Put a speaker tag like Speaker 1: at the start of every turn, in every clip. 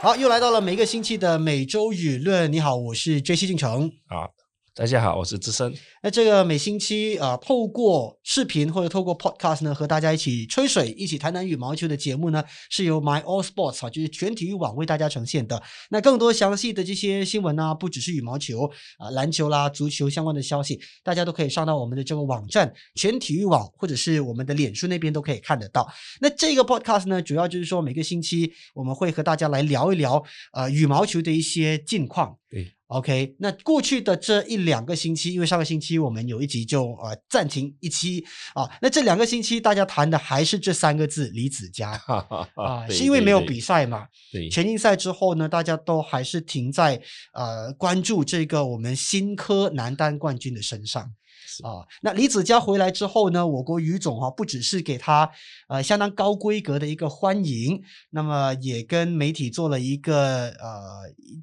Speaker 1: 好，又来到了每个星期的每周舆论。你好，我是 J C 进城。
Speaker 2: 啊，大家好，我是资深。
Speaker 1: 那这个每星期啊、呃透过视频或者透过 podcast 呢，和大家一起吹水、一起谈谈羽毛球的节目呢，是由 My All Sports 啊，就是全体育网为大家呈现的。那更多详细的这些新闻呢、不只是羽毛球啊、篮球啦、足球相关的消息，大家都可以上到我们的这个网站全体育网，或者是我们的脸书那边都可以看得到。那这个 podcast 呢，主要就是说每个星期我们会和大家来聊一聊呃羽毛球的一些近况。
Speaker 2: 对
Speaker 1: ，OK，那过去的这一两个星期，因为上个星期我们有一集就呃暂停一期啊，那这两个星期大家谈的还是这三个字李子嘉。
Speaker 2: 哈哈哈
Speaker 1: 啊，
Speaker 2: 对
Speaker 1: 是因为没有
Speaker 2: 对
Speaker 1: 比赛嘛？
Speaker 2: 对
Speaker 1: 全英赛之后呢，大家都还是停在呃关注这个我们新科男单冠军的身上
Speaker 2: 是
Speaker 1: 啊、那李子嘉回来之后呢，我国于总啊不只是给他呃相当高规格的一个欢迎，那么也跟媒体做了一个呃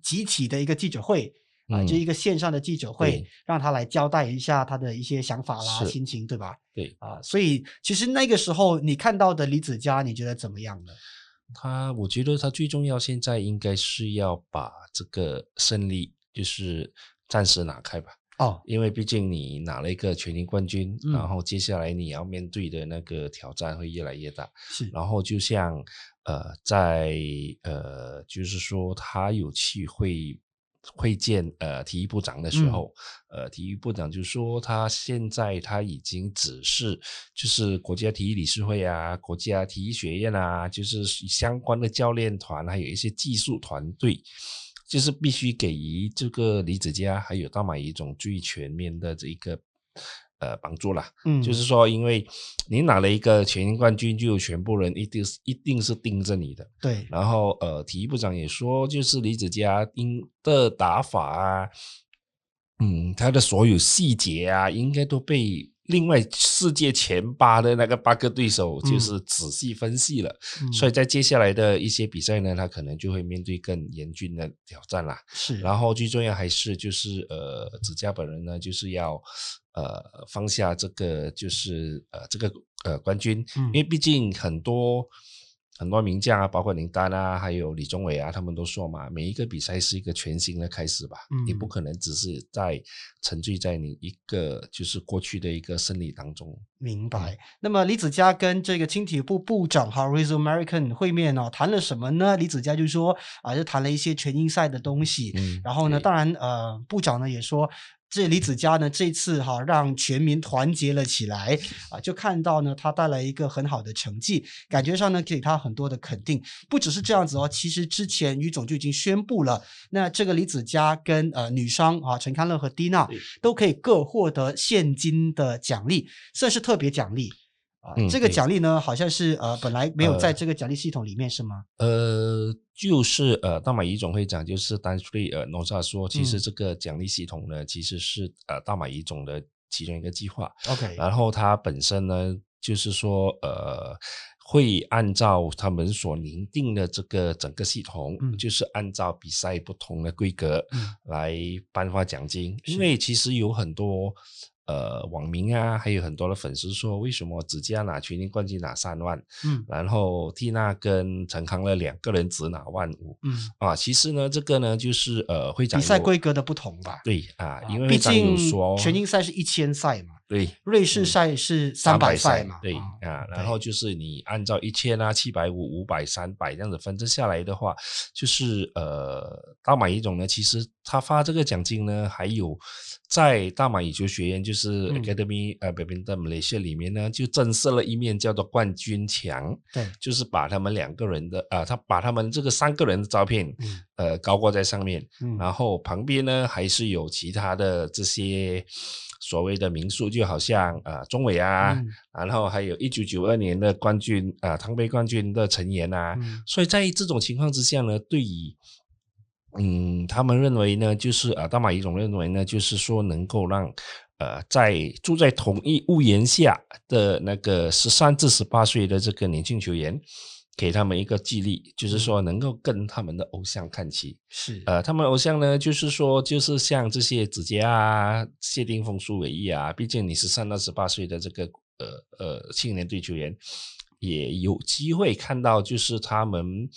Speaker 1: 集体的一个记者会。啊，
Speaker 2: 嗯
Speaker 1: 就一个线上的记者会
Speaker 2: 对，
Speaker 1: 让他来交代一下他的一些想法啦、
Speaker 2: 是
Speaker 1: 心情，对吧？
Speaker 2: 对
Speaker 1: 啊，所以其实那个时候你看到的李子嘉，你觉得怎么样呢？
Speaker 2: 他，我觉得他最重要现在应该是要把这个胜利就是暂时拿开吧，
Speaker 1: 哦，
Speaker 2: 因为毕竟你拿了一个全英冠军，
Speaker 1: 嗯
Speaker 2: 然后接下来你要面对的那个挑战会越来越大。
Speaker 1: 是
Speaker 2: 然后就像呃，在呃，就是说他有去会会见呃体育部长的时
Speaker 1: 嗯
Speaker 2: 候，呃，体育部长就说他现在他已经只是就是国家体育理事会啊、国家体育学院啊，就是相关的教练团，还有一些技术团队。就是必须给予这个李子嘉还有大马一种最全面的这一个呃帮助啦。
Speaker 1: 嗯，
Speaker 2: 就是说，因为你拿了一个全英冠军，就有全部人一定是一定是盯着你的。
Speaker 1: 对，
Speaker 2: 然后呃，体育部长也说，就是李子嘉应的打法啊，嗯，他的所有细节啊，应该都被。另外，世界前八的那个八个对手
Speaker 1: 嗯
Speaker 2: 就是仔细分析了，
Speaker 1: 嗯
Speaker 2: 所以在接下来的一些比赛呢，他可能就会面对更严峻的挑战啦。
Speaker 1: 是，
Speaker 2: 然后最重要还是就是呃，子佳本人呢，就是要呃放下这个就是呃这个呃冠军，
Speaker 1: 嗯
Speaker 2: 因为毕竟很多很多名将啊，包括林丹啊，还有李宗伟啊，他们都说嘛，每一个比赛是一个全新的开始吧，你
Speaker 1: 嗯
Speaker 2: 不可能只是在沉醉在你一个就是过去的一个胜利当中。
Speaker 1: 明
Speaker 2: 嗯
Speaker 1: 白。那么李子嘉跟这个青体部部长哈 r i z o American 会面呢、谈了什么呢？李子嘉就说啊，就谈了一些全英赛的东西。
Speaker 2: 嗯
Speaker 1: 然后呢，
Speaker 2: 对
Speaker 1: 当然呃，部长呢也说。这李子嘉呢，这次哈、让全民团结了起来啊，就看到呢他带来一个很好的成绩，感觉上呢给他很多的肯定。不只是这样子哦，其实之前于总就已经宣布了，那这个李子嘉跟呃女双啊陈康乐和蒂娜
Speaker 2: 对
Speaker 1: 都可以各获得现金的奖励，算是特别奖励啊。
Speaker 2: 嗯
Speaker 1: 这个
Speaker 2: 对
Speaker 1: 奖励呢，好像是呃本来没有
Speaker 2: 呃
Speaker 1: 在这个奖励系统里面是吗？
Speaker 2: 呃，就是呃，大马乙总会长就是丹斯利呃诺萨说，其
Speaker 1: 嗯
Speaker 2: 实这个奖励系统呢，其实是呃大马乙总的其中一个计划。
Speaker 1: OK，
Speaker 2: 然后它本身呢，就是说呃，会按照他们所拟定的这个整个系统，
Speaker 1: 嗯
Speaker 2: 就是按照比赛不同的规格
Speaker 1: 嗯
Speaker 2: 来颁发奖金。
Speaker 1: 是
Speaker 2: 因为其实有很多呃网民啊，还有很多的粉丝说，为什么只加拿全英冠军拿三万？
Speaker 1: 嗯
Speaker 2: 然后蒂娜跟陈康乐两个人只拿万五
Speaker 1: 嗯，
Speaker 2: 啊。其实呢，这个呢就是呃会长
Speaker 1: 比赛
Speaker 2: 有
Speaker 1: 规格的不同吧。
Speaker 2: 对啊，因为
Speaker 1: 毕
Speaker 2: 会长有
Speaker 1: 竟
Speaker 2: 说哦
Speaker 1: 全英赛是一千赛嘛，
Speaker 2: 对
Speaker 1: 瑞士赛是三百
Speaker 2: 百
Speaker 1: 赛嘛，
Speaker 2: 对
Speaker 1: 啊
Speaker 2: 啊，然后就是你按照一千啊、七百五、五百、三百这样子分支下来的话，就是呃，大马乙总呢，其实他发这个奖金呢，还有在大马羽球学院，就是
Speaker 1: 嗯
Speaker 2: Academy、呃 b a d m i n t o n Malaysia 里面呢，就增设了一面叫做冠军墙，
Speaker 1: 对，
Speaker 2: 就是把他们两个人的啊、他把他们这个三个人的照片
Speaker 1: 嗯
Speaker 2: 呃高挂在上面，
Speaker 1: 嗯
Speaker 2: 然后旁边呢还是有其他的这些所谓的名宿，就好像呃钟伟啊，
Speaker 1: 嗯
Speaker 2: 然后还有一九九二年的冠军啊、呃、汤杯冠军的陈岩啊，
Speaker 1: 嗯
Speaker 2: 所以在这种情况之下呢，对于嗯，他们认为呢，就是啊，呃大马一总认为呢，就是说能够让呃，在住在同一屋檐下的那个十三至十八岁的这个年轻球员，给他们一个激励，就是说能够跟他们的偶像看齐。
Speaker 1: 是
Speaker 2: 呃，他们偶像呢，就是说，就是像这些子杰啊、谢定峰、苏伟毅啊，毕竟你十三到十八岁的这个呃呃青年队球员，也有机会看到，就是他们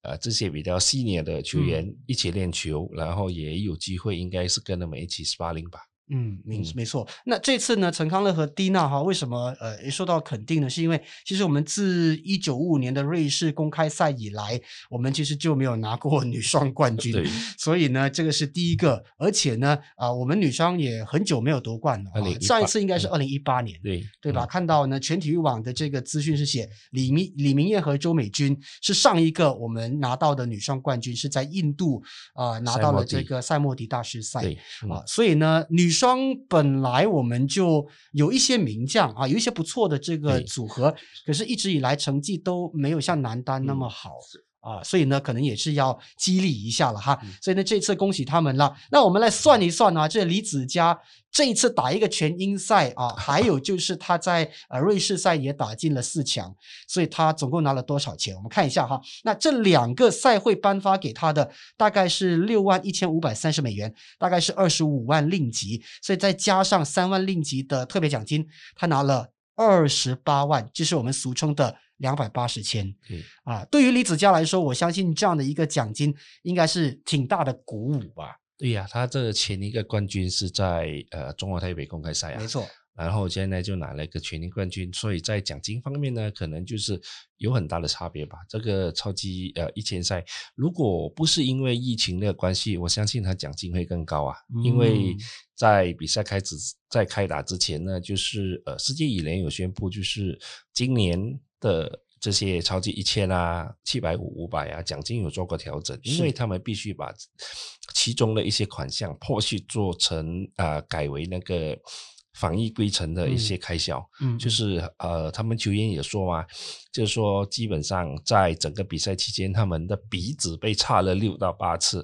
Speaker 2: 呃这些比较 senior 的球员一起练球，然后也有机会应该是跟他们一起 sparring 吧。
Speaker 1: 嗯，没
Speaker 2: 嗯
Speaker 1: 没错。那这次呢，陈康乐和蒂娜哈为什么呃也受到肯定呢？是因为其实我们自一九五五年的瑞士公开赛以来，我们其实就没有拿过 女双冠军，
Speaker 2: 对，
Speaker 1: 所以呢，这个是第一个。而且呢，啊、我们女双也很久没有夺冠了啊，
Speaker 2: 2018
Speaker 1: 上一次应该是
Speaker 2: 嗯
Speaker 1: 二零一八年。
Speaker 2: 对
Speaker 1: 对吧？？看到呢，全体育网的这个资讯是写李明李明艳和周美君是上一个我们拿到的女双冠军，是在印度啊、呃拿
Speaker 2: 塞
Speaker 1: 到
Speaker 2: 莫
Speaker 1: 了这
Speaker 2: 迪
Speaker 1: 个塞莫迪大师赛
Speaker 2: 嗯、。对，嗯
Speaker 1: 啊，所以呢，女双本来我们就有一些名将啊，有一些不错的这个
Speaker 2: 对
Speaker 1: 组合，可是一直以来成绩都没有像男单那么
Speaker 2: 嗯
Speaker 1: 好。啊，所以呢，可能也是要激励一下了哈。
Speaker 2: 嗯
Speaker 1: 所以呢，这次恭喜他们了。那我们来算一算啊，这李子嘉这一次打一个全英赛啊，还有就是他在呃瑞士赛也打进了四强，所以他总共拿了多少钱？我们看一下哈。那这两个赛会颁发给他的大概是六万一千五百三十美元，大概是二十五万令吉，所以再加上三万令吉的特别奖金，他拿了二十八万，就是我们俗称的两百八十千
Speaker 2: 对
Speaker 1: 啊。对于李子嘉来说，我相信这样的一个奖金应该是挺大的鼓舞吧。
Speaker 2: 对呀、他这前一个冠军是在呃中华台北公开赛啊
Speaker 1: 没，错，
Speaker 2: 然后现在就拿了一个全英冠军，所以在奖金方面呢，可能就是有很大的差别吧。这个超级呃一千赛，如果不是因为疫情的关系，我相信他奖金会更高啊，因为
Speaker 1: 嗯
Speaker 2: 在比赛开始在开打之前呢，就是呃世界羽联有宣布，就是今年的。这些超级一千啊、七百五、五百啊，奖金有做过调整，因
Speaker 1: 是
Speaker 2: 为他们必须把其中的一些款项迫去做成啊、呃改为那个防疫规程的一些开销。
Speaker 1: 嗯，
Speaker 2: 就是呃，他们球员也说嘛，就是说基本上在整个比赛期间，他们的鼻子被擦了六到 八次，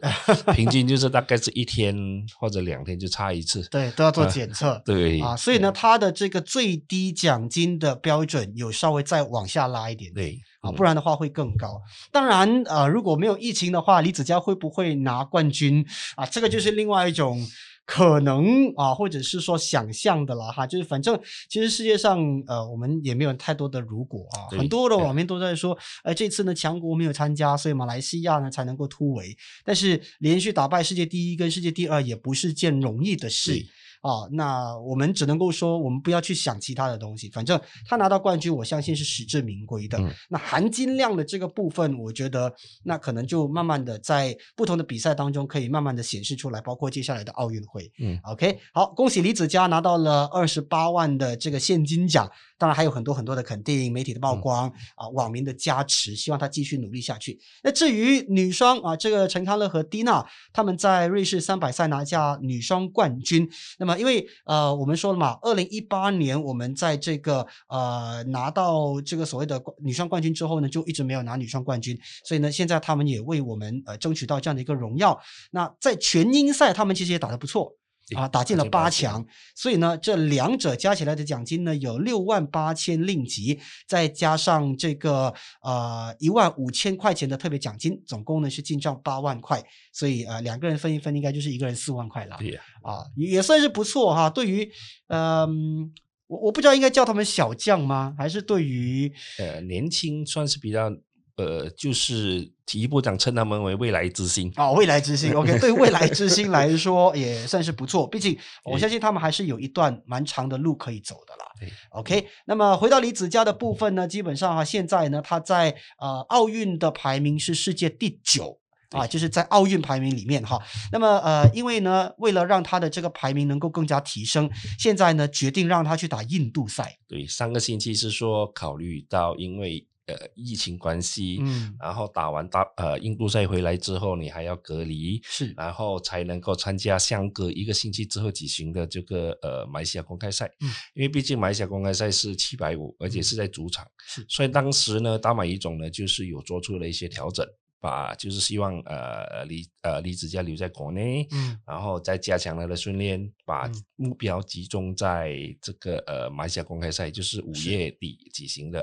Speaker 2: 平均就是大概是一天或者两天就擦一次。
Speaker 1: 对都要做
Speaker 2: 呃
Speaker 1: 检测。
Speaker 2: 对
Speaker 1: 啊，所以呢，，他的这个最低奖金的标准有稍微再往下拉一点点，
Speaker 2: 对
Speaker 1: 啊，
Speaker 2: 嗯
Speaker 1: 不然的话会更高。当然，呃，如果没有疫情的话，李子嘉会不会拿冠军啊？这个就是另外一种可能啊，或者是说想象的了哈。就是反正其实世界上呃，我们也没有太多的如果啊，
Speaker 2: 对
Speaker 1: 很多的
Speaker 2: 对
Speaker 1: 网民都在说，呃，这次呢强国没有参加，所以马来西亚呢才能够突围。但是连续打败世界第一跟世界第二也不是件容易的事。
Speaker 2: 对
Speaker 1: 啊，那我们只能够说，我们不要去想其他的东西。反正他拿到冠军，我相信是实至名归的。
Speaker 2: 嗯
Speaker 1: 那含金量的这个部分，我觉得那可能就慢慢的在不同的比赛当中，可以慢慢的显示出来，包括接下来的奥运会。
Speaker 2: 嗯，
Speaker 1: OK，好，恭喜李子嘉拿到了二十八万的这个现金奖，当然还有很多很多的肯定、媒体的曝
Speaker 2: 嗯
Speaker 1: 光啊、网民的加持，希望他继续努力下去。那至于女双啊，这个陈康乐和蒂娜他们在瑞士三百赛拿下女双冠军。那么因为呃，我们说了嘛，二零一八年我们在这个呃拿到这个所谓的冠女双冠军之后呢，就一直没有拿女双冠军，所以呢，现在他们也为我们呃争取到这样的一个荣耀。那在全英赛，他们其实也打得不错。
Speaker 2: 对
Speaker 1: 啊，打进了八强，，所以呢，这两者加起来的奖金呢有六万八千令吉，再加上这个呃一万五千块钱的特别奖金，总共呢是进账八万块，所以呃两个人分一分，应该就是一个人四万块啦。
Speaker 2: 对呀、
Speaker 1: 啊，也也算是不错哈。对于嗯、我我不知道应该叫他们小将吗？还是对于
Speaker 2: 呃，年轻算是比较呃，就是体育部长称他们为未来之星。
Speaker 1: 啊、未来之星，OK，对未来之星来说也算是不错，毕 竟我相信他们还是有一段蛮长的路可以走的啦
Speaker 2: 对。
Speaker 1: OK，那么回到李子嘉的部分呢，基本上啊，现在呢，他在呃奥运的排名是世界第九。啊，
Speaker 2: 对
Speaker 1: 就是在奥运排名里面哈，那么呃，因为呢，为了让他的这个排名能够更加提升，现在呢决定让他去打印度赛。
Speaker 2: 对，上个星期是说考虑到因为呃疫情关系，
Speaker 1: 嗯，
Speaker 2: 然后打完大呃印度赛回来之后，你还要隔离，
Speaker 1: 是
Speaker 2: 然后才能够参加相隔一个星期之后举行的这个呃马来西亚公开赛。
Speaker 1: 嗯
Speaker 2: 因为毕竟马来西亚公开赛是七百五，而且是在主场，
Speaker 1: 是
Speaker 2: 所以当时呢，大马乙总呢就是有做出了一些调整，把就是希望呃李呃李子嘉留在国内。
Speaker 1: 嗯
Speaker 2: 然后再加强他的训练，把
Speaker 1: 嗯
Speaker 2: 目标集中在这个呃马来西亚公开赛，就是五月底举行的。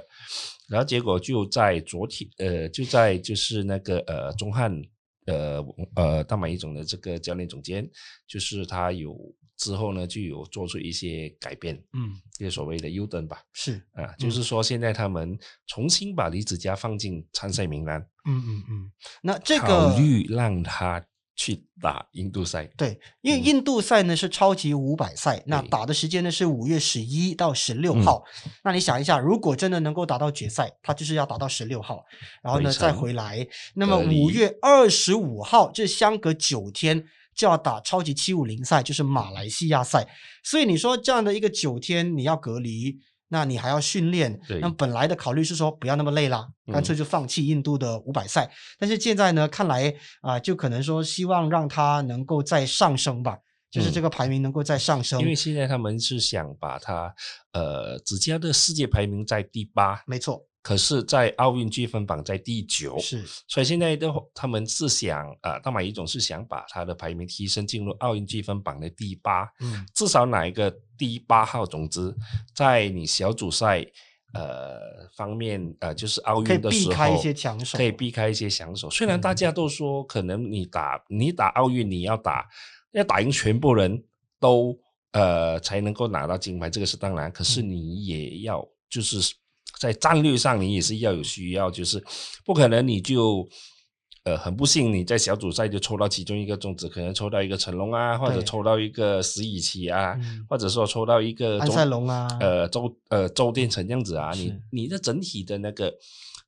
Speaker 2: 然后结果就在昨天，呃，就在就是那个呃钟汉，呃呃大马一总的这个教练总监，就是他有之后呢，就有做出一些改变，
Speaker 1: 嗯，
Speaker 2: 就是所谓的优等吧，
Speaker 1: 是，
Speaker 2: 啊，就是说现在他们重新把离子加放进参赛名单，
Speaker 1: 嗯嗯嗯。那这个
Speaker 2: 考虑让他去打印度赛。
Speaker 1: 对，因为
Speaker 2: 嗯
Speaker 1: 印度赛呢是超级五百赛，那
Speaker 2: 对嗯
Speaker 1: 打的时间呢是五月十一到十六号。那你想一下，如果真的能够打到决赛，他就是要打到十六号，然后呢
Speaker 2: 回程
Speaker 1: 再回来。那么
Speaker 2: 隔离
Speaker 1: 五月二十五号，这相隔九天就要打超级七五零赛，就是马来西亚赛。所以你说这样的一个九天，你要隔离。那你还要训练，
Speaker 2: 对嗯
Speaker 1: 那本来的考虑是说不要那么累啦，干脆就放弃印度的五百赛。但是现在呢，看来啊、就可能说希望让它能够再上升吧，就是这个排名能够再上升。
Speaker 2: 嗯因为现在他们是想把他，呃，指甲的世界排名在第八，
Speaker 1: 没错，
Speaker 2: 可是，在奥运积分榜在第九，
Speaker 1: 是
Speaker 2: 所以现在的他们是想，呃，大马一总是想把他的排名提升进入奥运积分榜的第八，
Speaker 1: 嗯
Speaker 2: 至少哪一个第八号种子，在你小组赛呃方面，呃，就是奥
Speaker 1: 可以
Speaker 2: 运的
Speaker 1: 避
Speaker 2: 时候，
Speaker 1: 开一些强手
Speaker 2: 可以避开一些强手。虽然大
Speaker 1: 嗯
Speaker 2: 家都说，可能你打你打奥运，你要打要打赢全部人都呃才能够拿到金牌，这个是当然。可是
Speaker 1: 嗯
Speaker 2: 你也要就是在战略上，你也是要有需要，就是不可能你就。呃，很不幸，你在小组赛就抽到其中一个种子，可能抽到一个成龙啊，或者
Speaker 1: 对
Speaker 2: 抽到一个石以奇啊，
Speaker 1: 嗯
Speaker 2: 或者说抽到一个
Speaker 1: 安
Speaker 2: 周
Speaker 1: 塞龙啊
Speaker 2: 呃周呃周殿成这样子啊，你
Speaker 1: 是
Speaker 2: 你的整体的那个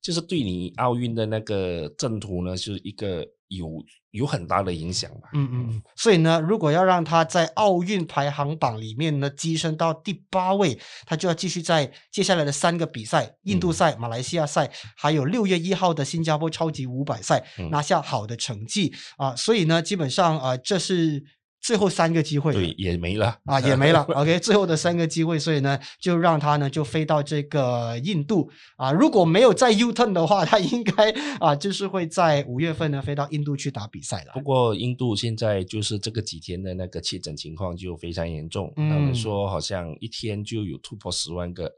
Speaker 2: 就是对你奥运的那个正途呢，就是一个有有很大的影响吧。
Speaker 1: 嗯嗯嗯，所以呢，如果要让他在奥运排行榜里面呢跻身到第八位，他就要继续在接下来的三个比赛——印度
Speaker 2: 嗯
Speaker 1: 赛、马来西亚赛，还有六月一号的新加坡超级五百赛，
Speaker 2: 嗯
Speaker 1: 拿下好的成绩啊、所以呢，基本上啊、呃这是最后三个机会了。
Speaker 2: 对，也没了
Speaker 1: 啊，也 没了。OK，最后的三个机会，所以呢，就让他呢就飞到这个印度啊。如果没有在 U turn 的话，他应该啊就是会在五月份呢飞到印度去打比赛了
Speaker 2: 不。过印度现在就是这个几天的那个确诊情况就非常严重，
Speaker 1: 嗯
Speaker 2: 他们说好像一天就有突破十万个，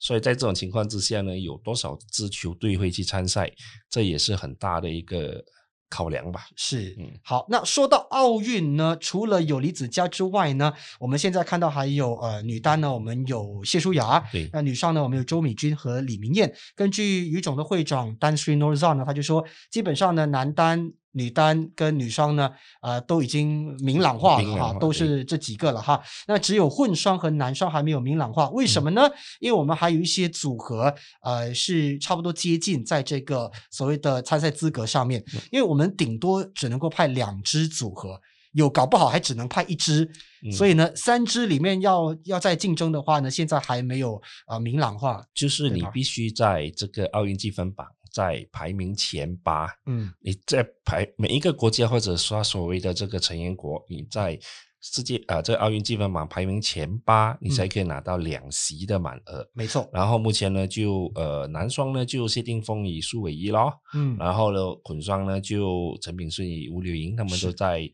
Speaker 2: 所以在这种情况之下呢，有多少支球队会去参赛，这也是很大的一个考量吧。
Speaker 1: 是
Speaker 2: 嗯，
Speaker 1: 好。那说到奥运呢，除了有离子加之外呢，我们现在看到还有呃女单呢，我们有谢淑雅，
Speaker 2: 对，
Speaker 1: 那女上呢，我们有周mỹ君和李明艳。根据羽总的会长 Dan s r i n o r z a n 呢，他就说，基本上呢，男单、女单跟女双呢，呃，都已经明朗化了
Speaker 2: 明朗
Speaker 1: 哈，
Speaker 2: 化
Speaker 1: 都是这几个了哈。那只有混双和男双还没有明朗化，为
Speaker 2: 嗯
Speaker 1: 什么呢？因为我们还有一些组合，呃，是差不多接近在这个所谓的参赛资格上面，
Speaker 2: 嗯
Speaker 1: 因为我们顶多只能够派两支组合。有搞不好还只能派一支，
Speaker 2: 嗯
Speaker 1: 所以呢，三支里面要要再竞争的话呢，现在还没有啊、呃明朗化。
Speaker 2: 就是
Speaker 1: 对
Speaker 2: 你
Speaker 1: 吧
Speaker 2: 必须在这个奥运积分榜在排名前八，
Speaker 1: 嗯
Speaker 2: 你在排每一个国家或者说所谓的这个成员国，你在世界啊、呃、这个奥运积分榜排名前八，你
Speaker 1: 嗯
Speaker 2: 才可以拿到两席的满额。，
Speaker 1: 没错。
Speaker 2: 然后目前呢，就呃男双呢就谢定峰与苏伟仪咯，
Speaker 1: 嗯
Speaker 2: 然后呢混双呢就陈炳顺与吴柳莹，他们
Speaker 1: 是
Speaker 2: 都在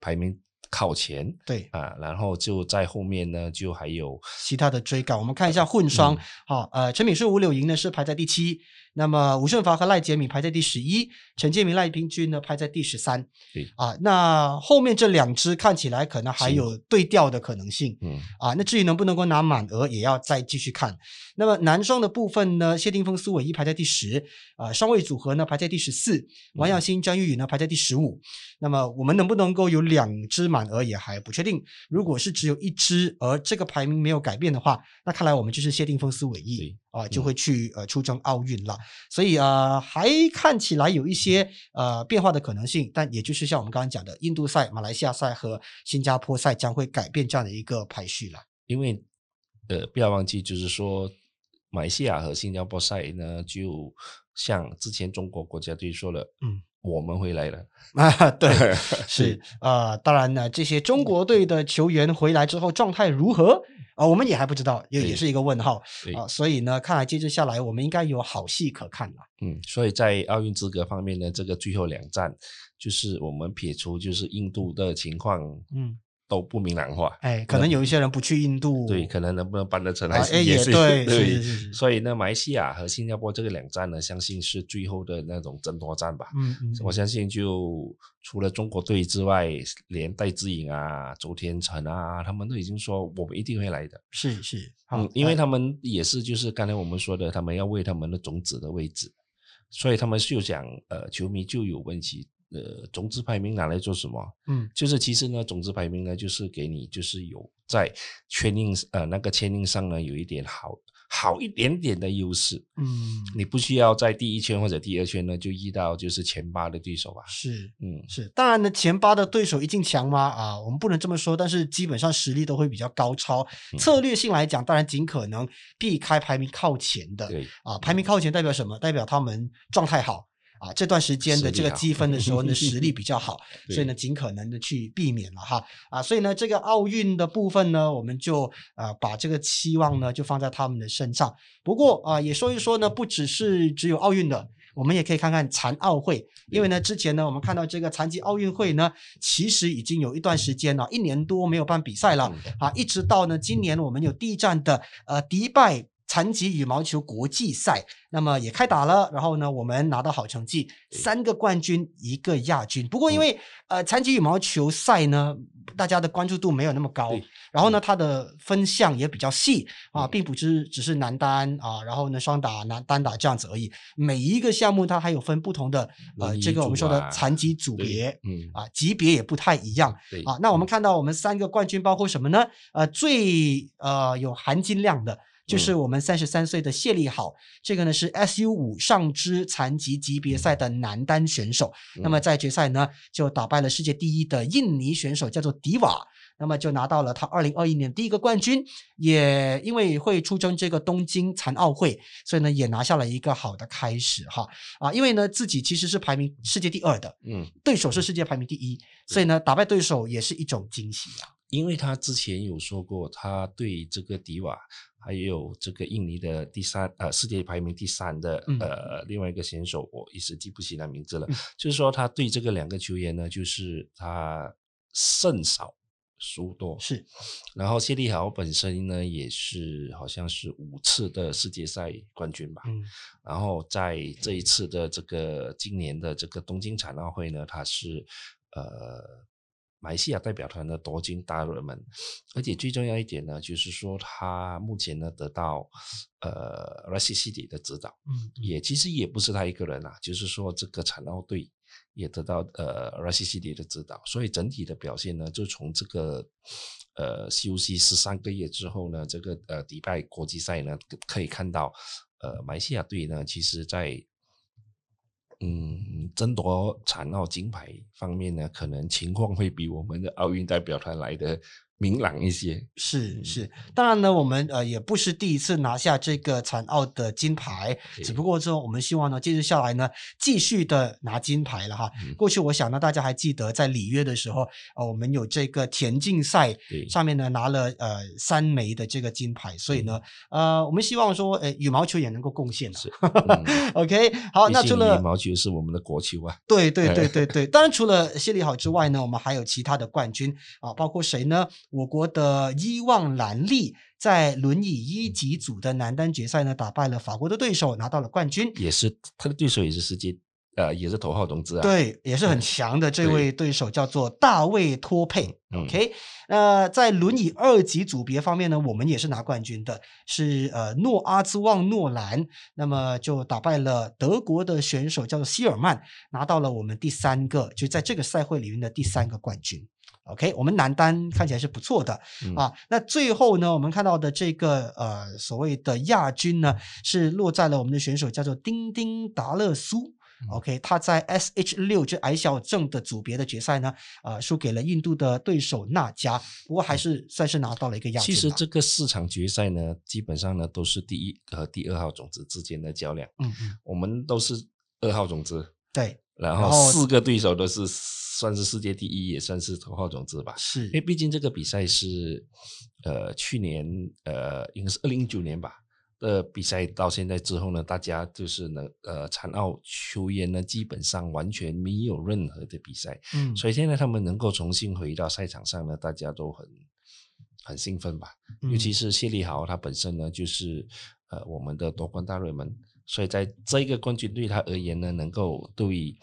Speaker 2: 排名靠前
Speaker 1: 对，
Speaker 2: 啊，然后就在后面呢就还有
Speaker 1: 其他的追赶，我们看一下混双
Speaker 2: 嗯。
Speaker 1: 好、呃，陈敏顺、吴柳莹呢是排在第七，那么吴胜伐和赖洁敏排在第十一，陈建明、赖冰君呢排在第十三
Speaker 2: 对。
Speaker 1: 啊，那后面这两支看起来可能还
Speaker 2: 是
Speaker 1: 有对调的可能性。
Speaker 2: 嗯。
Speaker 1: 啊，那至于能不能够拿满额，也要再继续看。那么男双的部分呢，谢定峰、苏伟一排在第十，啊，双卫组合呢排在第十四，王耀新、张玉宇呢排在第十五。那么我们能不能够有两支满额也还不确定。如果是只有一支，而这个排名没有改变的话，那看来我们就是谢定峰、苏伟毅
Speaker 2: 对
Speaker 1: 啊，就会去呃出征奥运了。所以啊、呃还看起来有一些呃变化的可能性，但也就是像我们刚刚讲的，印度赛、马来西亚赛和新加坡赛将会改变这样的一个排序了。
Speaker 2: 因为呃，不要忘记，就是说，马来西亚和新加坡赛呢，就像之前中国国家队说了，
Speaker 1: 嗯，
Speaker 2: 我们回来了，
Speaker 1: 啊，对， 是呃，当然呢，这些中国队的球员回来之后状态如何啊、我们也还不知道，也也
Speaker 2: 对
Speaker 1: 是一个问号
Speaker 2: 对
Speaker 1: 啊、所以呢，看来接着下来我们应该有好戏可看了。
Speaker 2: 嗯，所以在奥运资格方面呢，这个最后两站，就是我们撇除就是印度的情况
Speaker 1: 嗯，
Speaker 2: 都不明朗化。
Speaker 1: 哎，可能有一些人不去印度，
Speaker 2: 嗯对，可能能不能办得成
Speaker 1: 哦啊
Speaker 2: 还是、
Speaker 1: 哎也
Speaker 2: 是
Speaker 1: 对是
Speaker 2: 对
Speaker 1: 是是
Speaker 2: 所以呢，马来西亚和新加坡这个两站呢，相信是最后的那种争夺战吧。
Speaker 1: 嗯嗯，
Speaker 2: 我相信，就除了中国队之外，连戴志颖啊、周天成啊，他们都已经说我们一定会来的。
Speaker 1: 是是，好
Speaker 2: 嗯，，因为
Speaker 1: 哎
Speaker 2: 他们也是就是刚才我们说的，他们要为他们的种子的位置，所以他们就想，呃，球迷就有问题，呃，种子排名拿来做什么？
Speaker 1: 嗯
Speaker 2: 就是其实呢，种子排名呢，就是给你就是有在圈定呃那个签定上呢有一点好好一点点的优势，
Speaker 1: 嗯
Speaker 2: 你不需要在第一圈或者第二圈呢就遇到就是前八的对手吧。
Speaker 1: 是。
Speaker 2: 嗯，
Speaker 1: 是，当然呢，前八的对手一定强吗？啊，我们不能这么说，但是基本上实力都会比较高超。
Speaker 2: 嗯
Speaker 1: 策略性来讲，当然尽可能避开排名靠前的。
Speaker 2: 对，
Speaker 1: 啊，排名靠前代表什么？代表他们状态好啊，这段时间的
Speaker 2: 实力
Speaker 1: 这个
Speaker 2: 好
Speaker 1: 积分的时候呢，实 力比较好，
Speaker 2: 对
Speaker 1: 所以呢，尽可能的去避免了哈啊，所以呢，这个奥运的部分呢，我们就啊把这个期望呢就放在他们的身上。不过啊，也说一说呢，不只是只有奥运的。我们也可以看看残奥会，因为呢，之前呢，我们看到这个残疾奥运会呢，其实已经有一段时间了，一年多没有办比赛了。
Speaker 2: 嗯
Speaker 1: 啊，一直到呢今年我们有第一站的呃迪拜残疾羽毛球国际赛，那么也开打了，然后呢我们拿到好成绩，三个冠军一个亚军。不过
Speaker 2: 嗯
Speaker 1: 因为呃残疾羽毛球赛呢，大家的关注度没有那么高
Speaker 2: 对，
Speaker 1: 然后呢它的分项也比较细啊，
Speaker 2: 嗯
Speaker 1: 并不是只是男单啊，然后呢双打、男单打这样子而已，每一个项目它还有分不同的呃
Speaker 2: 轮椅
Speaker 1: 这个我们
Speaker 2: 组
Speaker 1: 说的
Speaker 2: 啊
Speaker 1: 残疾组
Speaker 2: 对
Speaker 1: 别。
Speaker 2: 嗯，
Speaker 1: 啊，级别也不太一样，
Speaker 2: 对
Speaker 1: 啊，那我们看到我们三个冠军包括什么呢？呃，最呃有含金量的就是我们三十三岁的谢立好，这个呢是 SU 五上肢残疾级别赛的男单选手。那么在决赛呢，就打败了世界第一的印尼选手，叫做迪瓦。那么就拿到了他二零二一年第一个冠军，也因为会出征这个东京残奥会，所以呢也拿下了一个好的开始哈啊，因为呢自己其实是排名世界第二的，
Speaker 2: 嗯，
Speaker 1: 对手是世界排名第一，所以呢，打败对手也是一种惊喜啊。
Speaker 2: 因为他之前有说过，他对这个迪瓦还有这个印尼的第三呃世界排名第三的、
Speaker 1: 嗯
Speaker 2: 呃另外一个选手，我一时记不起他名字了。
Speaker 1: 嗯
Speaker 2: 就是说他对这个两个球员呢，就是他胜少输多。
Speaker 1: 是，
Speaker 2: 然后谢利豪本身呢，也是好像是五次的世界赛冠军吧。
Speaker 1: 嗯
Speaker 2: 然后在这一次的这个今年的这个东京残奥会呢，他是呃马来西亚代表团的夺金大热门，而且最重要一点呢，就是说他目前呢得到呃 r a s i s i d 的指导，
Speaker 1: 嗯，
Speaker 2: 也其实也不是他一个人啦、就是说这个残奥队。也得到呃 r a s i s i d 的指导，所以整体的表现呢，就从这个呃休息十三个月之后呢，这个呃迪拜国际赛呢，可以看到呃，马来西亚队呢，其实在嗯争夺残奥金牌方面呢，可能情况会比我们的奥运代表团来的明朗一些。
Speaker 1: 是
Speaker 2: 嗯
Speaker 1: 是。当然呢，我们呃也不是第一次拿下这个残奥的金牌，
Speaker 2: 对
Speaker 1: 只不过说我们希望呢，接着下来呢，继续的拿金牌了哈。
Speaker 2: 嗯
Speaker 1: 过去我想呢，大家还记得在里约的时候，呃，我们有这个田径赛
Speaker 2: 对
Speaker 1: 上面呢拿了呃三枚的这个金牌，所以呢，呃，我们希望说，呃，羽毛球也能够贡献、啊。
Speaker 2: 嗯是，嗯
Speaker 1: OK，好，
Speaker 2: 毕
Speaker 1: 那
Speaker 2: 竟
Speaker 1: 除了
Speaker 2: 羽毛球是我们的国球啊，
Speaker 1: 对对对对对，当然除了谢利好之外呢，我们还有其他的冠军啊，包括谁呢？我国的伊万兰利在轮椅一级组的男单决赛呢，打败了法国的对手，拿到了冠军。
Speaker 2: 也是他的对手也是世界呃也是头号种子啊。
Speaker 1: 对，也是很强的这位对手叫做大卫托佩。
Speaker 2: 嗯
Speaker 1: OK，那在轮椅二级组别方面呢，我们也是拿冠军的，是呃诺阿兹旺诺兰，那么就打败了德国的选手叫做希尔曼，拿到了我们第三个，就在这个赛会里面的第三个冠军。OK，我们男单看起来是不错的、
Speaker 2: 嗯
Speaker 1: 啊。那最后呢，我们看到的这个呃所谓的亚军呢，是落在了我们的选手叫做丁丁达勒苏。OK，他
Speaker 2: 嗯
Speaker 1: 在 SH 六这矮小症的组别的决赛呢，呃，输给了印度的对手纳加，不过还是算是拿到了一个亚军
Speaker 2: 嗯其
Speaker 1: 吧。
Speaker 2: 实这个四场决赛呢，基本上呢都是第一和第二号种子之间的较量，
Speaker 1: 嗯嗯，
Speaker 2: 我们都是二号种子，
Speaker 1: 对，
Speaker 2: 然
Speaker 1: 然后
Speaker 2: 后四个对手都是算是世界第一，也算是头号种子吧。
Speaker 1: 是
Speaker 2: 因为毕竟这个比赛是呃去年呃应该是二零一九年吧，呃比赛到现在之后呢，大家就是呢呃残奥球员呢基本上完全没有任何的比赛，
Speaker 1: 嗯，
Speaker 2: 所以现在他们能够重新回到赛场上呢，大家都很很兴奋吧。尤其
Speaker 1: 是
Speaker 2: 是谢利豪，他本身呢就是呃我们的夺冠大热门，所以在这个冠军对他而言呢，能够对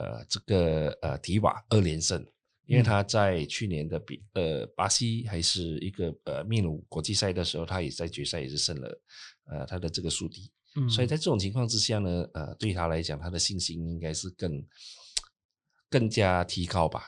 Speaker 2: 呃这个呃迪瓦二连胜，因为
Speaker 1: 嗯
Speaker 2: 他在去年的比呃巴西还是一个呃秘鲁国际赛的时候，他也在决赛也是胜了呃他的这个宿敌，
Speaker 1: 嗯
Speaker 2: 所以在这种情况之下呢，呃，对他来讲，他的信心应该是更更加提高吧。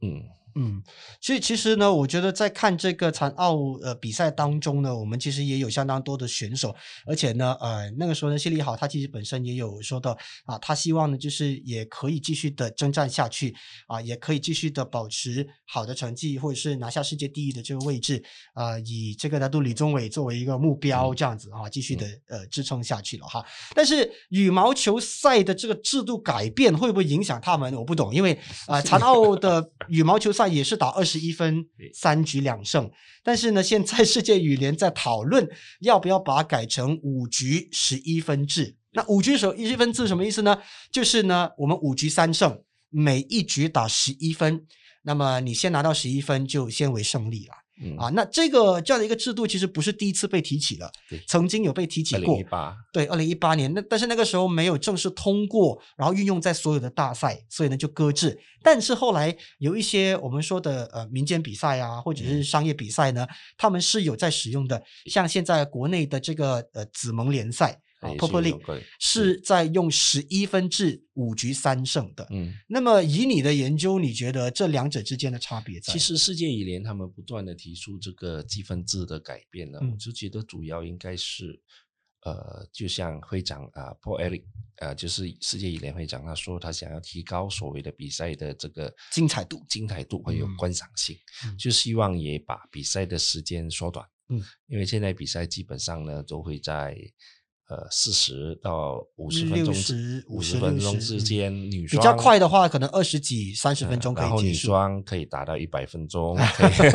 Speaker 2: 嗯，
Speaker 1: 嗯，所以其实呢，我觉得在看这个残奥呃比赛当中呢，我们其实也有相当多的选手，而且呢，呃，那个时候呢，谢利好他其实本身也有说到啊，他希望呢就是也可以继续的征战下去啊，也可以继续的保持好的成绩，或者是拿下世界第一的这个位置啊，以这个拿督李宗伟作为一个目标，
Speaker 2: 嗯
Speaker 1: 这样子哈、继续的呃支撑下去了哈。但是羽毛球赛的这个制度改变会不会影响他们？我不懂，因为啊、呃残奥的羽毛球赛也是打二十一分
Speaker 2: 对
Speaker 1: 三局两胜，但是呢，现在世界羽联在讨论要不要把它改成五局十一分制。那五局手一分制什么意思呢？就是呢，我们五局三胜，每一局打十一分，那么你先拿到十一分就先为胜利了。
Speaker 2: 嗯
Speaker 1: 啊，那这个这样的一个制度其实不是第一次被提起了
Speaker 2: 对，
Speaker 1: 曾经有被提起
Speaker 2: 二
Speaker 1: 过
Speaker 2: 零一。八，
Speaker 1: 对，二零一八年那但是那个时候没有正式通过，然后运用在所有的大赛，所以呢就搁置。但是后来有一些我们说的呃民间比赛啊，或者是
Speaker 2: 嗯
Speaker 1: 商业比赛呢，他们是有在使用的。像现在国内的这个呃紫盟联赛啊
Speaker 2: 哎也是
Speaker 1: p u p e l e
Speaker 2: 有个
Speaker 1: 是在用十一分制五局三胜的。
Speaker 2: 嗯，
Speaker 1: 那么以你的研究，你觉得这两者之间的差别在？
Speaker 2: 其实世界羽联他们不断的提出这个积分制的改变呢，
Speaker 1: 嗯
Speaker 2: 我就觉得主要应该是，呃，就像会长啊、p a u l Eric 啊，就是世界羽联会长，他说他想要提高所谓的比赛的这个
Speaker 1: 精彩度
Speaker 2: 精彩度还有
Speaker 1: 嗯
Speaker 2: 观赏性，
Speaker 1: 嗯
Speaker 2: 就希望也把比赛的时间缩短。
Speaker 1: 嗯，
Speaker 2: 因为现在比赛基本上呢都会在。呃，四十到
Speaker 1: 嗯
Speaker 2: 五十分钟
Speaker 1: 60、
Speaker 2: 五十分钟之
Speaker 1: 嗯
Speaker 2: 间，女
Speaker 1: 比
Speaker 2: 双
Speaker 1: 较快的话，可能二十几、三十
Speaker 2: 嗯
Speaker 1: 分钟可
Speaker 2: 然后
Speaker 1: 以结
Speaker 2: 女
Speaker 1: 束。
Speaker 2: 双可以达到一百 分钟，可以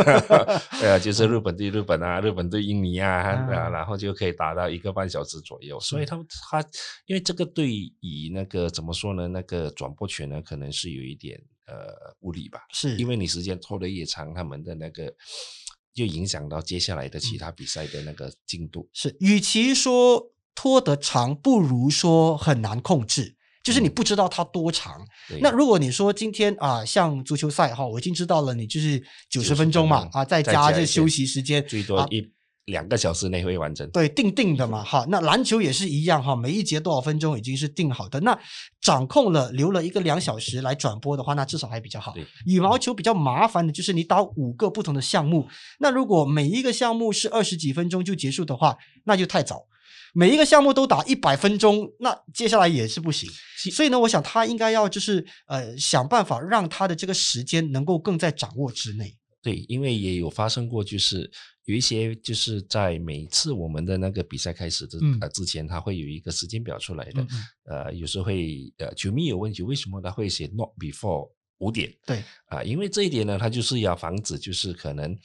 Speaker 2: 呃，就是日本对日本啊，日本对印尼啊，
Speaker 1: 嗯
Speaker 2: 啊然后就可以达到一个半小时左右。所以他们他因为这个对于那个怎么说呢，那个转播权呢，可能是有一点呃不利吧，
Speaker 1: 是
Speaker 2: 因为你时间拖得越长，他们的那个就影响到接下来的
Speaker 1: 嗯
Speaker 2: 其他比赛的那个进度。
Speaker 1: 是，与其说拖得长，不如说很难控制。就是你不知道它多长。
Speaker 2: 对
Speaker 1: 那如果你说今天啊，像足球赛哈，我已经知道了，你就是九十
Speaker 2: 90
Speaker 1: 分钟嘛
Speaker 2: 分，钟
Speaker 1: 啊，再
Speaker 2: 再
Speaker 1: 加
Speaker 2: 加
Speaker 1: 这
Speaker 2: 一
Speaker 1: 休
Speaker 2: 点
Speaker 1: 息时间，
Speaker 2: 最多一、两个小时内会完成。
Speaker 1: 对，定定的嘛，哈。那篮球也是一样哈，每一节多少分钟已经是定好的。那掌控了留了一个两小时来转播的话，那至少还比较好
Speaker 2: 对。
Speaker 1: 羽毛球比较麻烦的就是你打五个不同的项目，那如果每一个项目是二十几分钟就结束的话，那就太早。每一个项目都打一百分钟，那接下来也是不行。所以呢，我想他应该要就是呃想办法让他的这个时间能够更在掌握之内。
Speaker 2: 对，因为也有发生过，就是有一些就是在每次我们的那个比赛开始之、
Speaker 1: 嗯
Speaker 2: 呃之前，它会有一个时间表出来的。
Speaker 1: 嗯嗯
Speaker 2: 呃，有时候会呃，球迷有问题，为什么他会写 not before 五点
Speaker 1: 对，
Speaker 2: 啊、因为这一点呢，它就是要防止就是可能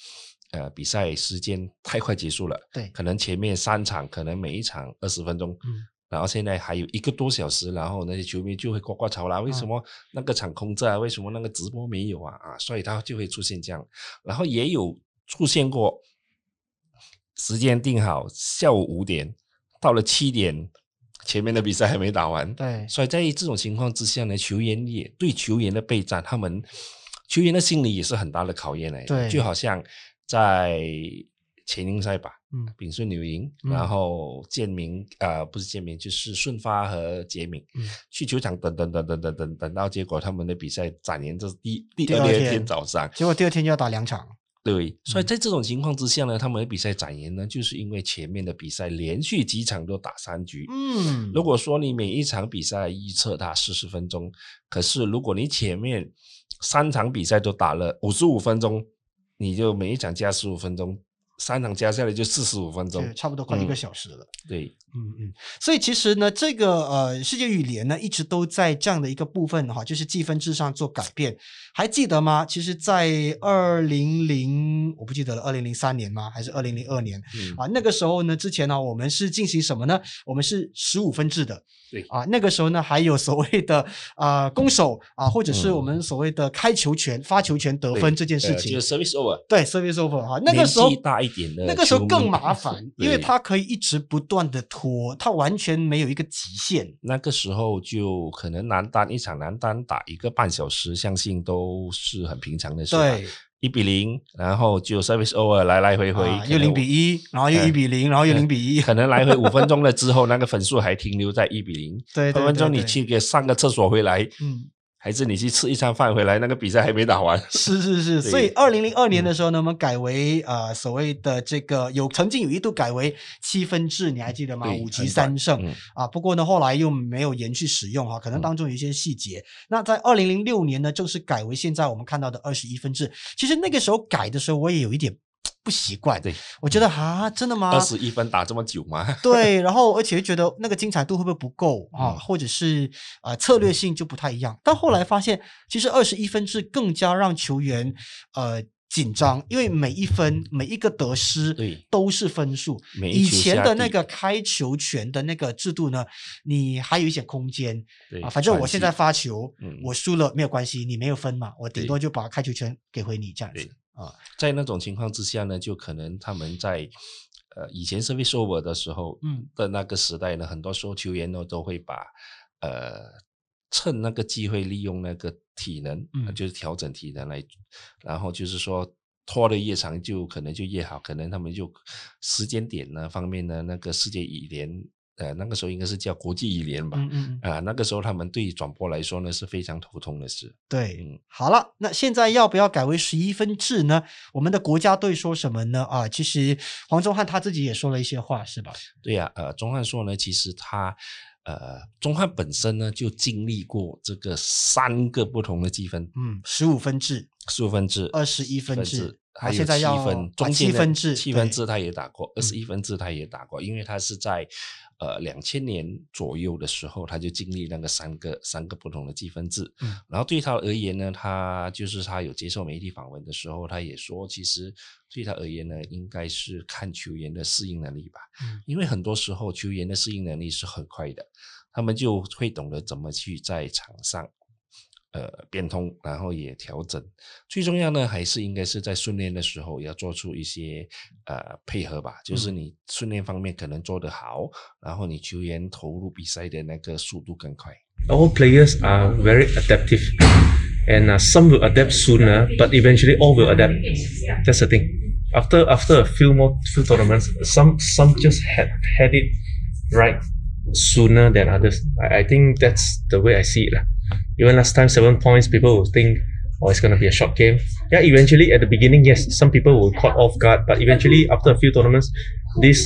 Speaker 2: 呃比赛时间太快结束了，
Speaker 1: 对
Speaker 2: 可能前面三场可能每一场二十分钟，
Speaker 1: 嗯
Speaker 2: 然后现在还有一个多小时，然后那些球迷就会呱呱吵啦，为什
Speaker 1: 嗯
Speaker 2: 么那个场空着啊？为什么那个直播没有啊？啊，所以它就会出现这样，然后也有出现过时间定好下午五点，到了七点，前面的比赛还没打完，
Speaker 1: 对，
Speaker 2: 所以在这种情况之下呢，球员也对球员的备战，他们球员的心理也是很大的考验来的。
Speaker 1: 对
Speaker 2: 就好像在前英赛吧，
Speaker 1: 嗯
Speaker 2: 丙顺柳营，
Speaker 1: 嗯
Speaker 2: 然后建明啊、呃不是建明，就是顺发和杰敏、
Speaker 1: 嗯
Speaker 2: 去球场等等等等等等等到结果他们的比赛展延至第第
Speaker 1: 第
Speaker 2: 二
Speaker 1: 二
Speaker 2: 天
Speaker 1: 天嗯
Speaker 2: 早上，
Speaker 1: 结果第二天就要打两场。
Speaker 2: 对，所以在这种情况之下呢，他们的比赛展延呢，就是因为前面的比赛连续几场都打三局，
Speaker 1: 嗯，
Speaker 2: 如果说你每一场比赛预测它四十分钟，可是如果你前面三场比赛都打了五十五分钟，你就每一场加十五分钟，三场加下来就四十五分钟
Speaker 1: 对，，差不多快一个
Speaker 2: 嗯
Speaker 1: 小时了。
Speaker 2: 对，
Speaker 1: 嗯嗯，所以其实呢，这个呃世界羽联呢一直都在这样的一个部分哈，就是积分制上做改变。还记得吗？其实，在二零零我不记得了，二零零三年吗？还是二零零二年
Speaker 2: 嗯，
Speaker 1: 啊？那个时候呢，之前呢，我们是进行什么呢？我们是十五分制的。
Speaker 2: 对
Speaker 1: 啊，那个时候呢，还有所谓的啊、呃攻守啊，或者是我们所谓的开球权、发球权得分这件事
Speaker 2: 呃
Speaker 1: 情
Speaker 2: 嗯就。是 service over。
Speaker 1: 对，service over 哈，那个时候
Speaker 2: 年纪大一点的
Speaker 1: 那个时候
Speaker 2: 呃球
Speaker 1: 更
Speaker 2: 迷
Speaker 1: 麻烦，因为它可以一直不断的拖，它完全没有一个极限。
Speaker 2: 那个时候就可能男单一场男单打一个半小时，相信都是很平常的事吧。
Speaker 1: 对，
Speaker 2: 一比零，然后就 service over 来来回回，
Speaker 1: 啊
Speaker 2: 可
Speaker 1: 又
Speaker 2: 能
Speaker 1: 零比一，然后又
Speaker 2: 嗯
Speaker 1: 一比零，然后又
Speaker 2: 嗯
Speaker 1: 零比 一，
Speaker 2: 可能来回五分钟了之后，那个分数还停留在一比零。
Speaker 1: 对对
Speaker 2: 分分钟
Speaker 1: 对
Speaker 2: 你
Speaker 1: 对
Speaker 2: 去给上个厕所回来，
Speaker 1: 嗯，
Speaker 2: 还是你去吃一餐饭回来，那个比赛还没打完。
Speaker 1: 是是是，所以
Speaker 2: 对嗯
Speaker 1: 二零零二年的时候呢，我们改为呃所谓的这个有曾经有一度改为七分制，你还记得吗？
Speaker 2: 对
Speaker 1: 五局
Speaker 2: 很
Speaker 1: 三
Speaker 2: 短
Speaker 1: 胜、
Speaker 2: 嗯
Speaker 1: 啊，不过呢后来又没有延续使用哈、可能
Speaker 2: 嗯
Speaker 1: 当中有一些细节。那在二零零六年呢，正式改为现在我们看到的二十一分制。其实那个时候改的时候，我也有一点不习惯，
Speaker 2: 对，嗯
Speaker 1: 我觉得啊，真的吗？
Speaker 2: 二十一分打这么久吗？
Speaker 1: 对，然后而且就觉得那个精彩度会不会不够啊，
Speaker 2: 嗯
Speaker 1: 或者是呃策略性就不太一样。但后来发现，其实二十一分制更加让球员呃紧张，因为每一分每一个得失
Speaker 2: 对
Speaker 1: 都是分数。
Speaker 2: 每一
Speaker 1: 以
Speaker 2: 球
Speaker 1: 前
Speaker 2: 下
Speaker 1: 的
Speaker 2: 地
Speaker 1: 那个开球权的那个制度呢，你还有一些空间
Speaker 2: 对
Speaker 1: 啊，反正我
Speaker 2: 喘
Speaker 1: 现
Speaker 2: 气
Speaker 1: 在发球，
Speaker 2: 嗯
Speaker 1: 我输了没有关系，你没有分嘛，我顶
Speaker 2: 对
Speaker 1: 多就把开球权给回你这样
Speaker 2: 对
Speaker 1: 子啊。
Speaker 2: 在那种情况之下呢，就可能他们在呃以前 service over 的时候，
Speaker 1: 嗯，
Speaker 2: 的那个时代呢，很多时候球员呢都会把呃趁那个机会利用那个体能，
Speaker 1: 嗯
Speaker 2: 呃就是调整体能来，然后就是说拖得越长就可能就越好，可能他们就时间点呢方面呢，那个世界羽联呃那个时候应该是叫国际羽联吧。
Speaker 1: 嗯嗯嗯。
Speaker 2: 啊，那个时候他们对转播来说呢是非常头痛的事。
Speaker 1: 对
Speaker 2: 嗯，
Speaker 1: 好了，那现在要不要改为十一分制呢？我们的国家队说什么呢？啊，其实黄宗汉他自己也说了一些话，是吧？
Speaker 2: 对呀、呃，钟汉硕呢，其实他呃，钟汉本身呢就经历过这个三个不同的积分
Speaker 1: 嗯，十五分制，
Speaker 2: 数分制、
Speaker 1: 21分制啊
Speaker 2: 还有
Speaker 1: 现在
Speaker 2: 七
Speaker 1: 要
Speaker 2: 分，
Speaker 1: 啊
Speaker 2: 中间
Speaker 1: 7分制
Speaker 2: 七分
Speaker 1: 对嗯
Speaker 2: 制他也打过，二十一分制他也打过，因为他是在呃两千年左右的时候，他就经历那个三个三个不同的积分制。
Speaker 1: 嗯
Speaker 2: 然后对他而言呢，他就是他有接受媒体访问的时候，他也说，其实对他而言呢，应该是看球员的适应能力吧，
Speaker 1: 嗯
Speaker 2: 因为很多时候球员的适应能力是很快的，他们就会懂得怎么去在场上。呃，变通，然后也调整。最重要呢，还是应该是在训练的时候要做出一些呃配合吧，就是
Speaker 1: 嗯
Speaker 2: 你训练方面可能做得好，然后你球员投入比赛的那个速度更快。
Speaker 3: All players are very adaptive, and uh, some will adapt sooner, but eventually all will adapt. That's the thing. After after a few more few tournaments, some some just had had it right sooner than others. I, I think that's the way I see it. lah. Even last time, seven points, people will think, oh, it's gonna be a short game. Yeah, eventually at the beginning, yes, some people will caught off guard, but eventually after a few tournaments, this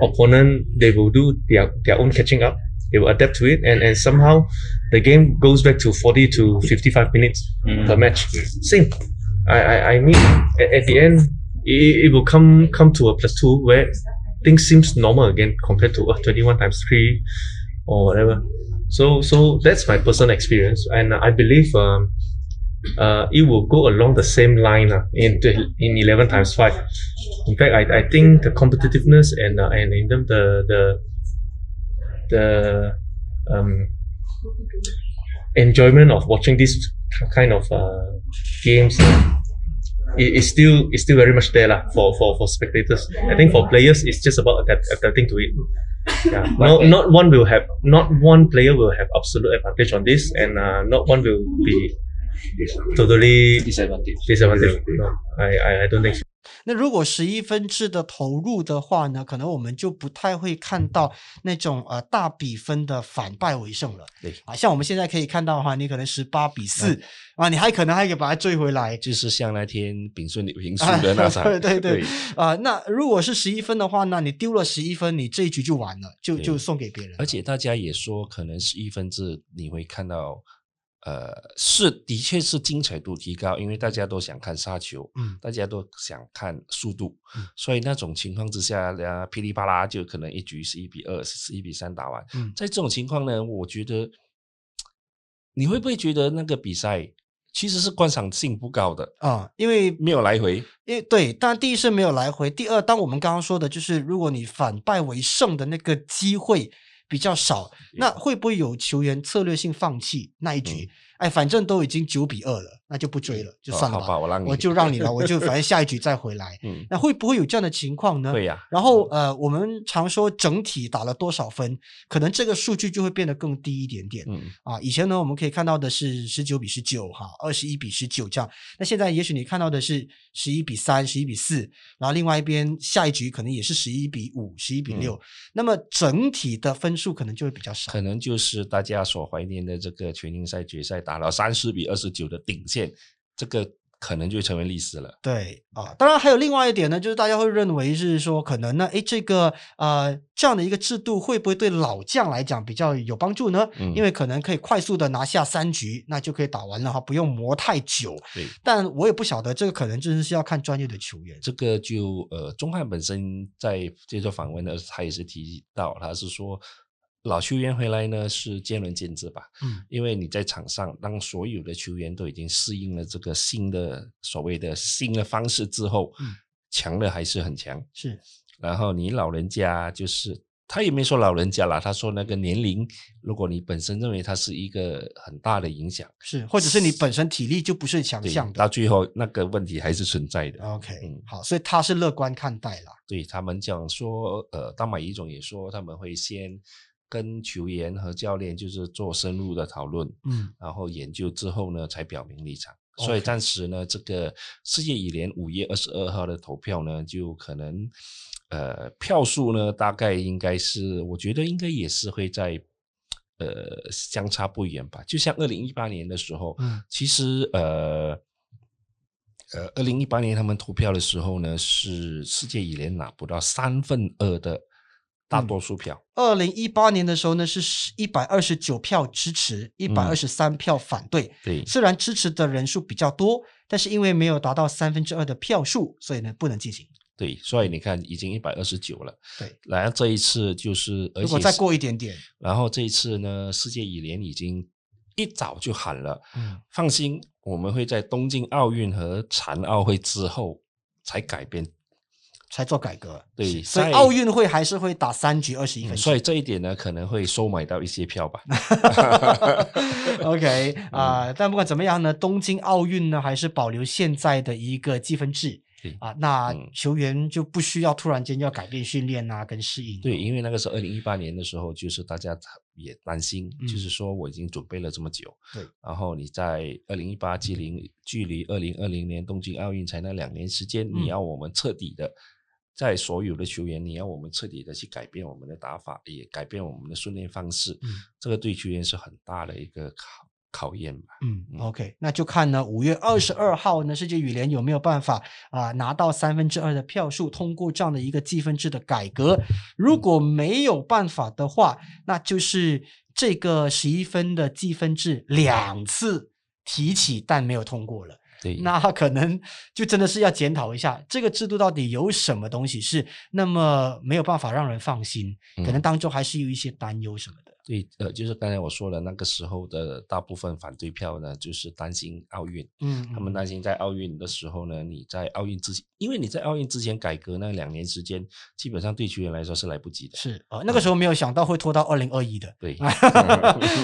Speaker 3: opponent they will do their their own catching up they will adapt to it and, and somehow the game goes back to 40 to 55 minutes per match same i i, I mean at, at the end it, it will come come to a plateau where things seems normal again compared to uh, 21 times 3 or whatever so so that's my personal experience and i believe um, uh, it will go along the same line uh, in the- in 11 times 5 in fact i, I think the competitiveness and uh, and in term the the the um, enjoyment of watching this k- kind of uh, games uh, i- is still is still very much there lah for, for for spectators. I think for players, it's just about adapt, adapting to it. Yeah. No, not one will have not one player will have absolute advantage on this, and uh, not one will be totally
Speaker 2: Disadvantage.
Speaker 3: disadvantaged. No, I, I I don't think so.
Speaker 1: 那如果十一分制的投入的话呢，可能我们就不太会看到那种呃大比分的反败为胜了
Speaker 2: 对，嗯
Speaker 1: 啊。像我们现在可以看到的话，你可能十八比四、啊，你还可能还可以把它追回来。
Speaker 2: 就是像那天炳顺柳平输的那场，
Speaker 1: 对 对对
Speaker 2: 对
Speaker 1: 啊、那如果是十一分的话，那你丢了十一分，你这一局就完了，就
Speaker 2: 对
Speaker 1: 就送给别人了。
Speaker 2: 而且大家也说，可能是一分制你会看到呃，是的确是精彩度提高，因为大家都想看杀球，
Speaker 1: 嗯
Speaker 2: 大家都想看速度，
Speaker 1: 嗯
Speaker 2: 所以那种情况之下，呃，噼里啪啦就可能一局是一比二，是一比三打完。
Speaker 1: 嗯
Speaker 2: 在这种情况呢，我觉得你会不会觉得那个比赛其实是观赏性不高的，
Speaker 1: 啊，因为
Speaker 2: 没有来回？
Speaker 1: 因为对，但第一是没有来回，第二，当我们刚刚说的，就是如果你反败为胜的那个机会比较少，那会不会有球员策略性放弃那一局？哎，反正都已经九比二了，那就不追了，就
Speaker 2: 嗯哦
Speaker 1: 算了
Speaker 2: 好吧，我让你，
Speaker 1: 我就让你了，我 就反正下一局再回来。
Speaker 2: 嗯，
Speaker 1: 那会不会有这样的情况呢？
Speaker 2: 对呀、
Speaker 1: 然后
Speaker 2: 嗯
Speaker 1: 呃，我们常说整体打了多少分，可能这个数据就会变得更低一点点。
Speaker 2: 嗯，
Speaker 1: 啊，以前呢我们可以看到的是十九比十九哈，二十一比十九这样。那现在也许你看到的是十一比三、十一比四，然后另外一边下一局可能也是十一比五、十一比
Speaker 2: 嗯
Speaker 1: 六、那么整体的分数可能就会比较少
Speaker 2: 可。能就是大家所怀念的这个全英赛决赛打了三十比二十九的顶线，这个可能就成为历史了。
Speaker 1: 对啊，当然还有另外一点呢，就是大家会认为是说，可能呢，诶，这个呃这样的一个制度会不会对老将来讲比较有帮助呢？
Speaker 2: 嗯
Speaker 1: 因为可能可以快速的拿下三局，那就可以打完了哈，不用磨太久。
Speaker 2: 对，
Speaker 1: 但我也不晓得这个可能真的是要看专业的球员。
Speaker 2: 这个就呃，钟汉本身在接受访问的时候，他也是提到，他是说老球员回来呢是见仁见智吧，
Speaker 1: 嗯
Speaker 2: 因为你在场上，当所有的球员都已经适应了这个新的所谓的新的方式之后，
Speaker 1: 嗯
Speaker 2: 强的还是很强。
Speaker 1: 是，
Speaker 2: 然后你老人家就是他也没说老人家啦，他说那个年龄，如果你本身认为它是一个很大的影响，
Speaker 1: 是，或者是你本身体力就不是强
Speaker 2: 对嗯
Speaker 1: 项，的。
Speaker 2: 到最后那个问题还是存在的。
Speaker 1: OK，、
Speaker 2: 嗯
Speaker 1: 好，所以他是乐观看待啦。
Speaker 2: 对他们讲说，呃，大马乙总也说他们会先跟球员和教练就是做深入的讨论，
Speaker 1: 嗯，
Speaker 2: 然后研究之后呢才表明立场。所以
Speaker 1: OK
Speaker 2: 暂时呢，这个世界羽联五月二十二号的投票呢，就可能呃票数呢大概应该是，我觉得应该也是会在。呃，相差不远吧。就像二零一八年的时候，
Speaker 1: 嗯
Speaker 2: 其实呃呃，二零一八年他们投票的时候呢，是世界羽联拿不到三分二的
Speaker 1: 嗯
Speaker 2: 大多数票，
Speaker 1: 二零一八年的时候呢，是一百二十九票支持，一
Speaker 2: 嗯
Speaker 1: 百二十三票反对。
Speaker 2: 对
Speaker 1: 虽然支持的人数比较多，但是因为没有达到三分之二的票数，所以呢不能进行。
Speaker 2: 对，所以你看已经一百二十九了。
Speaker 1: 对，
Speaker 2: 然后这一次就是，而
Speaker 1: 如果
Speaker 2: 且
Speaker 1: 再
Speaker 2: 是
Speaker 1: 过一点点，
Speaker 2: 然后这一次呢，世界羽联已经一早就喊了，
Speaker 1: 嗯
Speaker 2: 放心，我们会在东京奥运和残奥会之后才改变。
Speaker 1: 才做改革。
Speaker 2: 对
Speaker 1: 是所以
Speaker 2: 在
Speaker 1: 奥运会还是会打三局二十一
Speaker 2: 嗯
Speaker 1: 分钟。
Speaker 2: 所以这一点呢，可能会收买到一些票吧。
Speaker 1: OK 啊、但不管怎么样呢，东京奥运呢还是保留现在的一个积分制
Speaker 2: 对
Speaker 1: 啊，那
Speaker 2: 嗯
Speaker 1: 球员就不需要突然间要改变训练啊，跟适应。
Speaker 2: 对，因为那个时候二零一八年的时候，就是大家也担心，
Speaker 1: 嗯
Speaker 2: 就是说我已经准备了这么久，
Speaker 1: 对，嗯
Speaker 2: 然后你在二零一八距离距离二零二零年东京奥运才那两年时间，
Speaker 1: 嗯
Speaker 2: 你要我们彻底的。在所有的球员，你要我们彻底的去改变我们的打法，也改变我们的训练方式，
Speaker 1: 嗯
Speaker 2: 这个对球员是很大的一个考考验吧。
Speaker 1: 嗯
Speaker 2: 嗯
Speaker 1: ，OK，那就看呢，五月二十二号呢，世界羽联有没有办法啊、拿到三分之二的票数，通过这样的一个积分制的改革。
Speaker 2: 嗯
Speaker 1: 如果没有办法的话，那就是这个十一分的积分制两次提起，但没有通过了。
Speaker 2: 对，
Speaker 1: 那可能就真的是要检讨一下这个制度到底有什么东西是那么没有办法让人放心，可能
Speaker 2: 嗯
Speaker 1: 当中还是有一些担忧什么的。
Speaker 2: 对，呃，就是刚才我说了，那个时候的大部分反对票呢，就是担心奥运，
Speaker 1: 嗯，
Speaker 2: 他
Speaker 1: 嗯
Speaker 2: 们担心在奥运的时候呢，你在奥运之前，因为你在奥运之前改革那两年时间，基本上对球员来说是来不及的。
Speaker 1: 是啊、呃
Speaker 2: 嗯
Speaker 1: 那个时候没有想到会拖到二零二一 的。，
Speaker 2: 对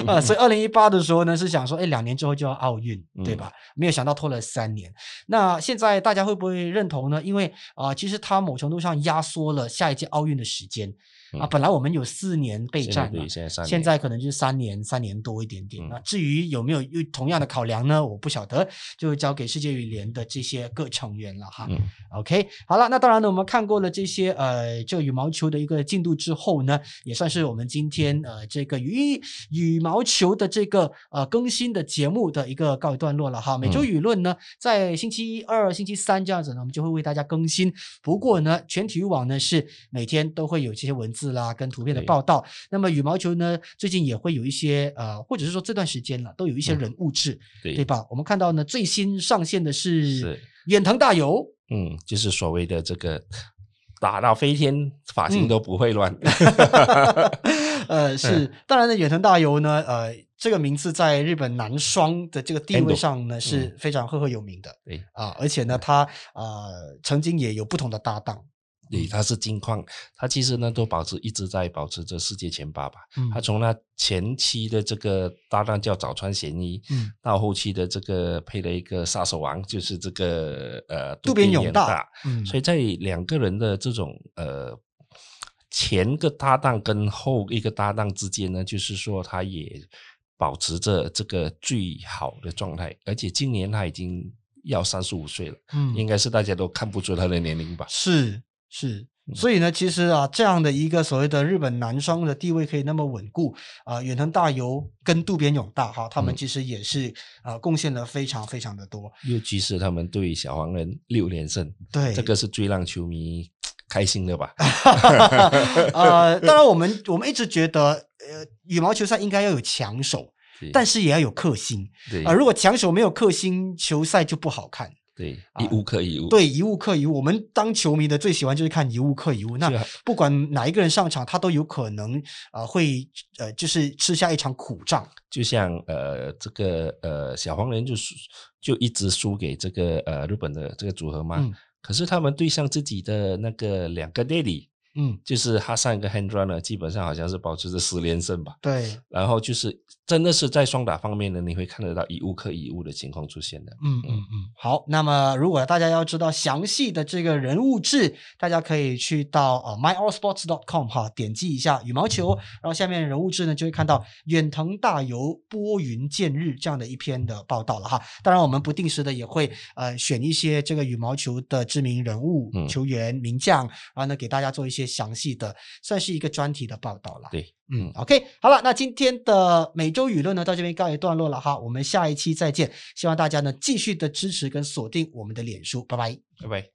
Speaker 1: 啊，所以二零一八的时候呢，是想说，哎，两年之后就要奥运，对
Speaker 2: 嗯
Speaker 1: 吧？没有想到拖了三年。那现在大家会不会认同呢？因为啊、其实它某程度上压缩了下一届奥运的时间啊。
Speaker 2: 嗯
Speaker 1: 本来我们有四年备
Speaker 2: 现在
Speaker 1: 战嘛
Speaker 2: 对，，现在三年
Speaker 1: 现在可能就是三年，三年多一点点。
Speaker 2: 嗯
Speaker 1: 那至于有没有又同样的考量呢？我不晓得，就交给世界羽联的这些各成员了哈。
Speaker 2: 嗯
Speaker 1: OK，好了，那当然呢，我们看过了这些呃，这个羽毛球的一个进度之后呢，也算是我们今天呃这个羽羽毛球的这个呃更新的节目的一个告一段落了哈。每周
Speaker 2: 嗯
Speaker 1: 舆论呢，在星期二、星期三这样子呢，我们就会为大家更新。不过呢，全体育网呢是每天都会有这些文字啦跟图片的
Speaker 2: 对
Speaker 1: 报道。那么羽毛球呢，最近也会有一些呃，或者是说这段时间了，都有一些
Speaker 2: 嗯
Speaker 1: 人物志，
Speaker 2: 对
Speaker 1: 对吧？我们看到呢，最新上线的是
Speaker 2: 是
Speaker 1: 远藤大有。
Speaker 2: 嗯，就是所谓的这个打到飞天，发型
Speaker 1: 嗯
Speaker 2: 都不 会乱。嗯
Speaker 1: 呃，是，当然呢，远藤大由呢，呃，这个名字在日本男双的这个地位
Speaker 2: Endo 嗯
Speaker 1: 上呢是非常赫赫有名的
Speaker 2: 对，
Speaker 1: 啊，而且呢，他呃曾经也有不同的搭档，
Speaker 2: 对，他是金矿，他其实呢都保持一直在保持着世界前八吧。
Speaker 1: 嗯
Speaker 2: 他从他前期的这个搭档叫早川贤一，
Speaker 1: 嗯
Speaker 2: 到后期的这个配了一个杀手王，就是这个呃
Speaker 1: 渡边
Speaker 2: 勇
Speaker 1: 勇大，嗯，
Speaker 2: 所以在两个人的这种呃前个搭档跟后一个搭档之间呢，就是说他也保持着这个最好的状态，而且今年他已经要三十五岁了，
Speaker 1: 嗯
Speaker 2: 应该是大家都看不出他的年龄吧。
Speaker 1: 是是。
Speaker 2: 嗯
Speaker 1: 所以呢，其实啊，这样的一个所谓的日本男双的地位可以那么稳固啊、远藤大由跟渡边勇大哈，他们
Speaker 2: 嗯
Speaker 1: 其实也是啊、呃贡献了非常非常的多。
Speaker 2: 尤其是他们对小黄人六连胜，
Speaker 1: 对，哎
Speaker 2: 这个是最让球迷开心的吧？
Speaker 1: 呃，当然我们我们一直觉得，呃，羽毛球赛应该要有强手，但是也要有克星
Speaker 2: 对
Speaker 1: 啊、如果强手没有克星，球赛就不好看。
Speaker 2: 对
Speaker 1: 啊
Speaker 2: 一物克一物，
Speaker 1: 对，一物克一物，我们当球迷的最喜欢就是看一物克一物。那
Speaker 2: 是啊
Speaker 1: 不管哪一个人上场，他都有可能啊、呃会呃就是吃下一场苦仗。
Speaker 2: 就像呃这个呃小黄人就输就一直输给这个呃日本的这个组合嘛，
Speaker 1: 嗯
Speaker 2: 可是他们对上自己的那个两个弟弟，
Speaker 1: 嗯，
Speaker 2: 就是哈桑跟 Hendra 呢，基本上好像是保持着十连胜吧。
Speaker 1: 对，
Speaker 2: 然后就是真的是在双打方面呢，你会看得到一物克一物的情况出现的。
Speaker 1: 嗯嗯嗯。好，那么如果大家要知道详细的这个人物志，大家可以去到呃 myallsports.com 哈，点击一下羽毛球，然后下面人物志呢就会看到远藤大由拨云见日这样的一篇的报道了哈。当然，我们不定时的也会呃选一些这个羽毛球的知名人物、
Speaker 2: 嗯
Speaker 1: 球员、名将，然后呢给大家做一些详细的，算是一个专题的报道了。
Speaker 2: 对，
Speaker 1: 嗯
Speaker 2: 嗯
Speaker 1: ，OK，好了，那今天的每周舆论呢，到这边告一段落了哈，我们下一期再见，希望大家呢继续的支持跟锁定我们的脸书，拜拜。
Speaker 2: 拜拜。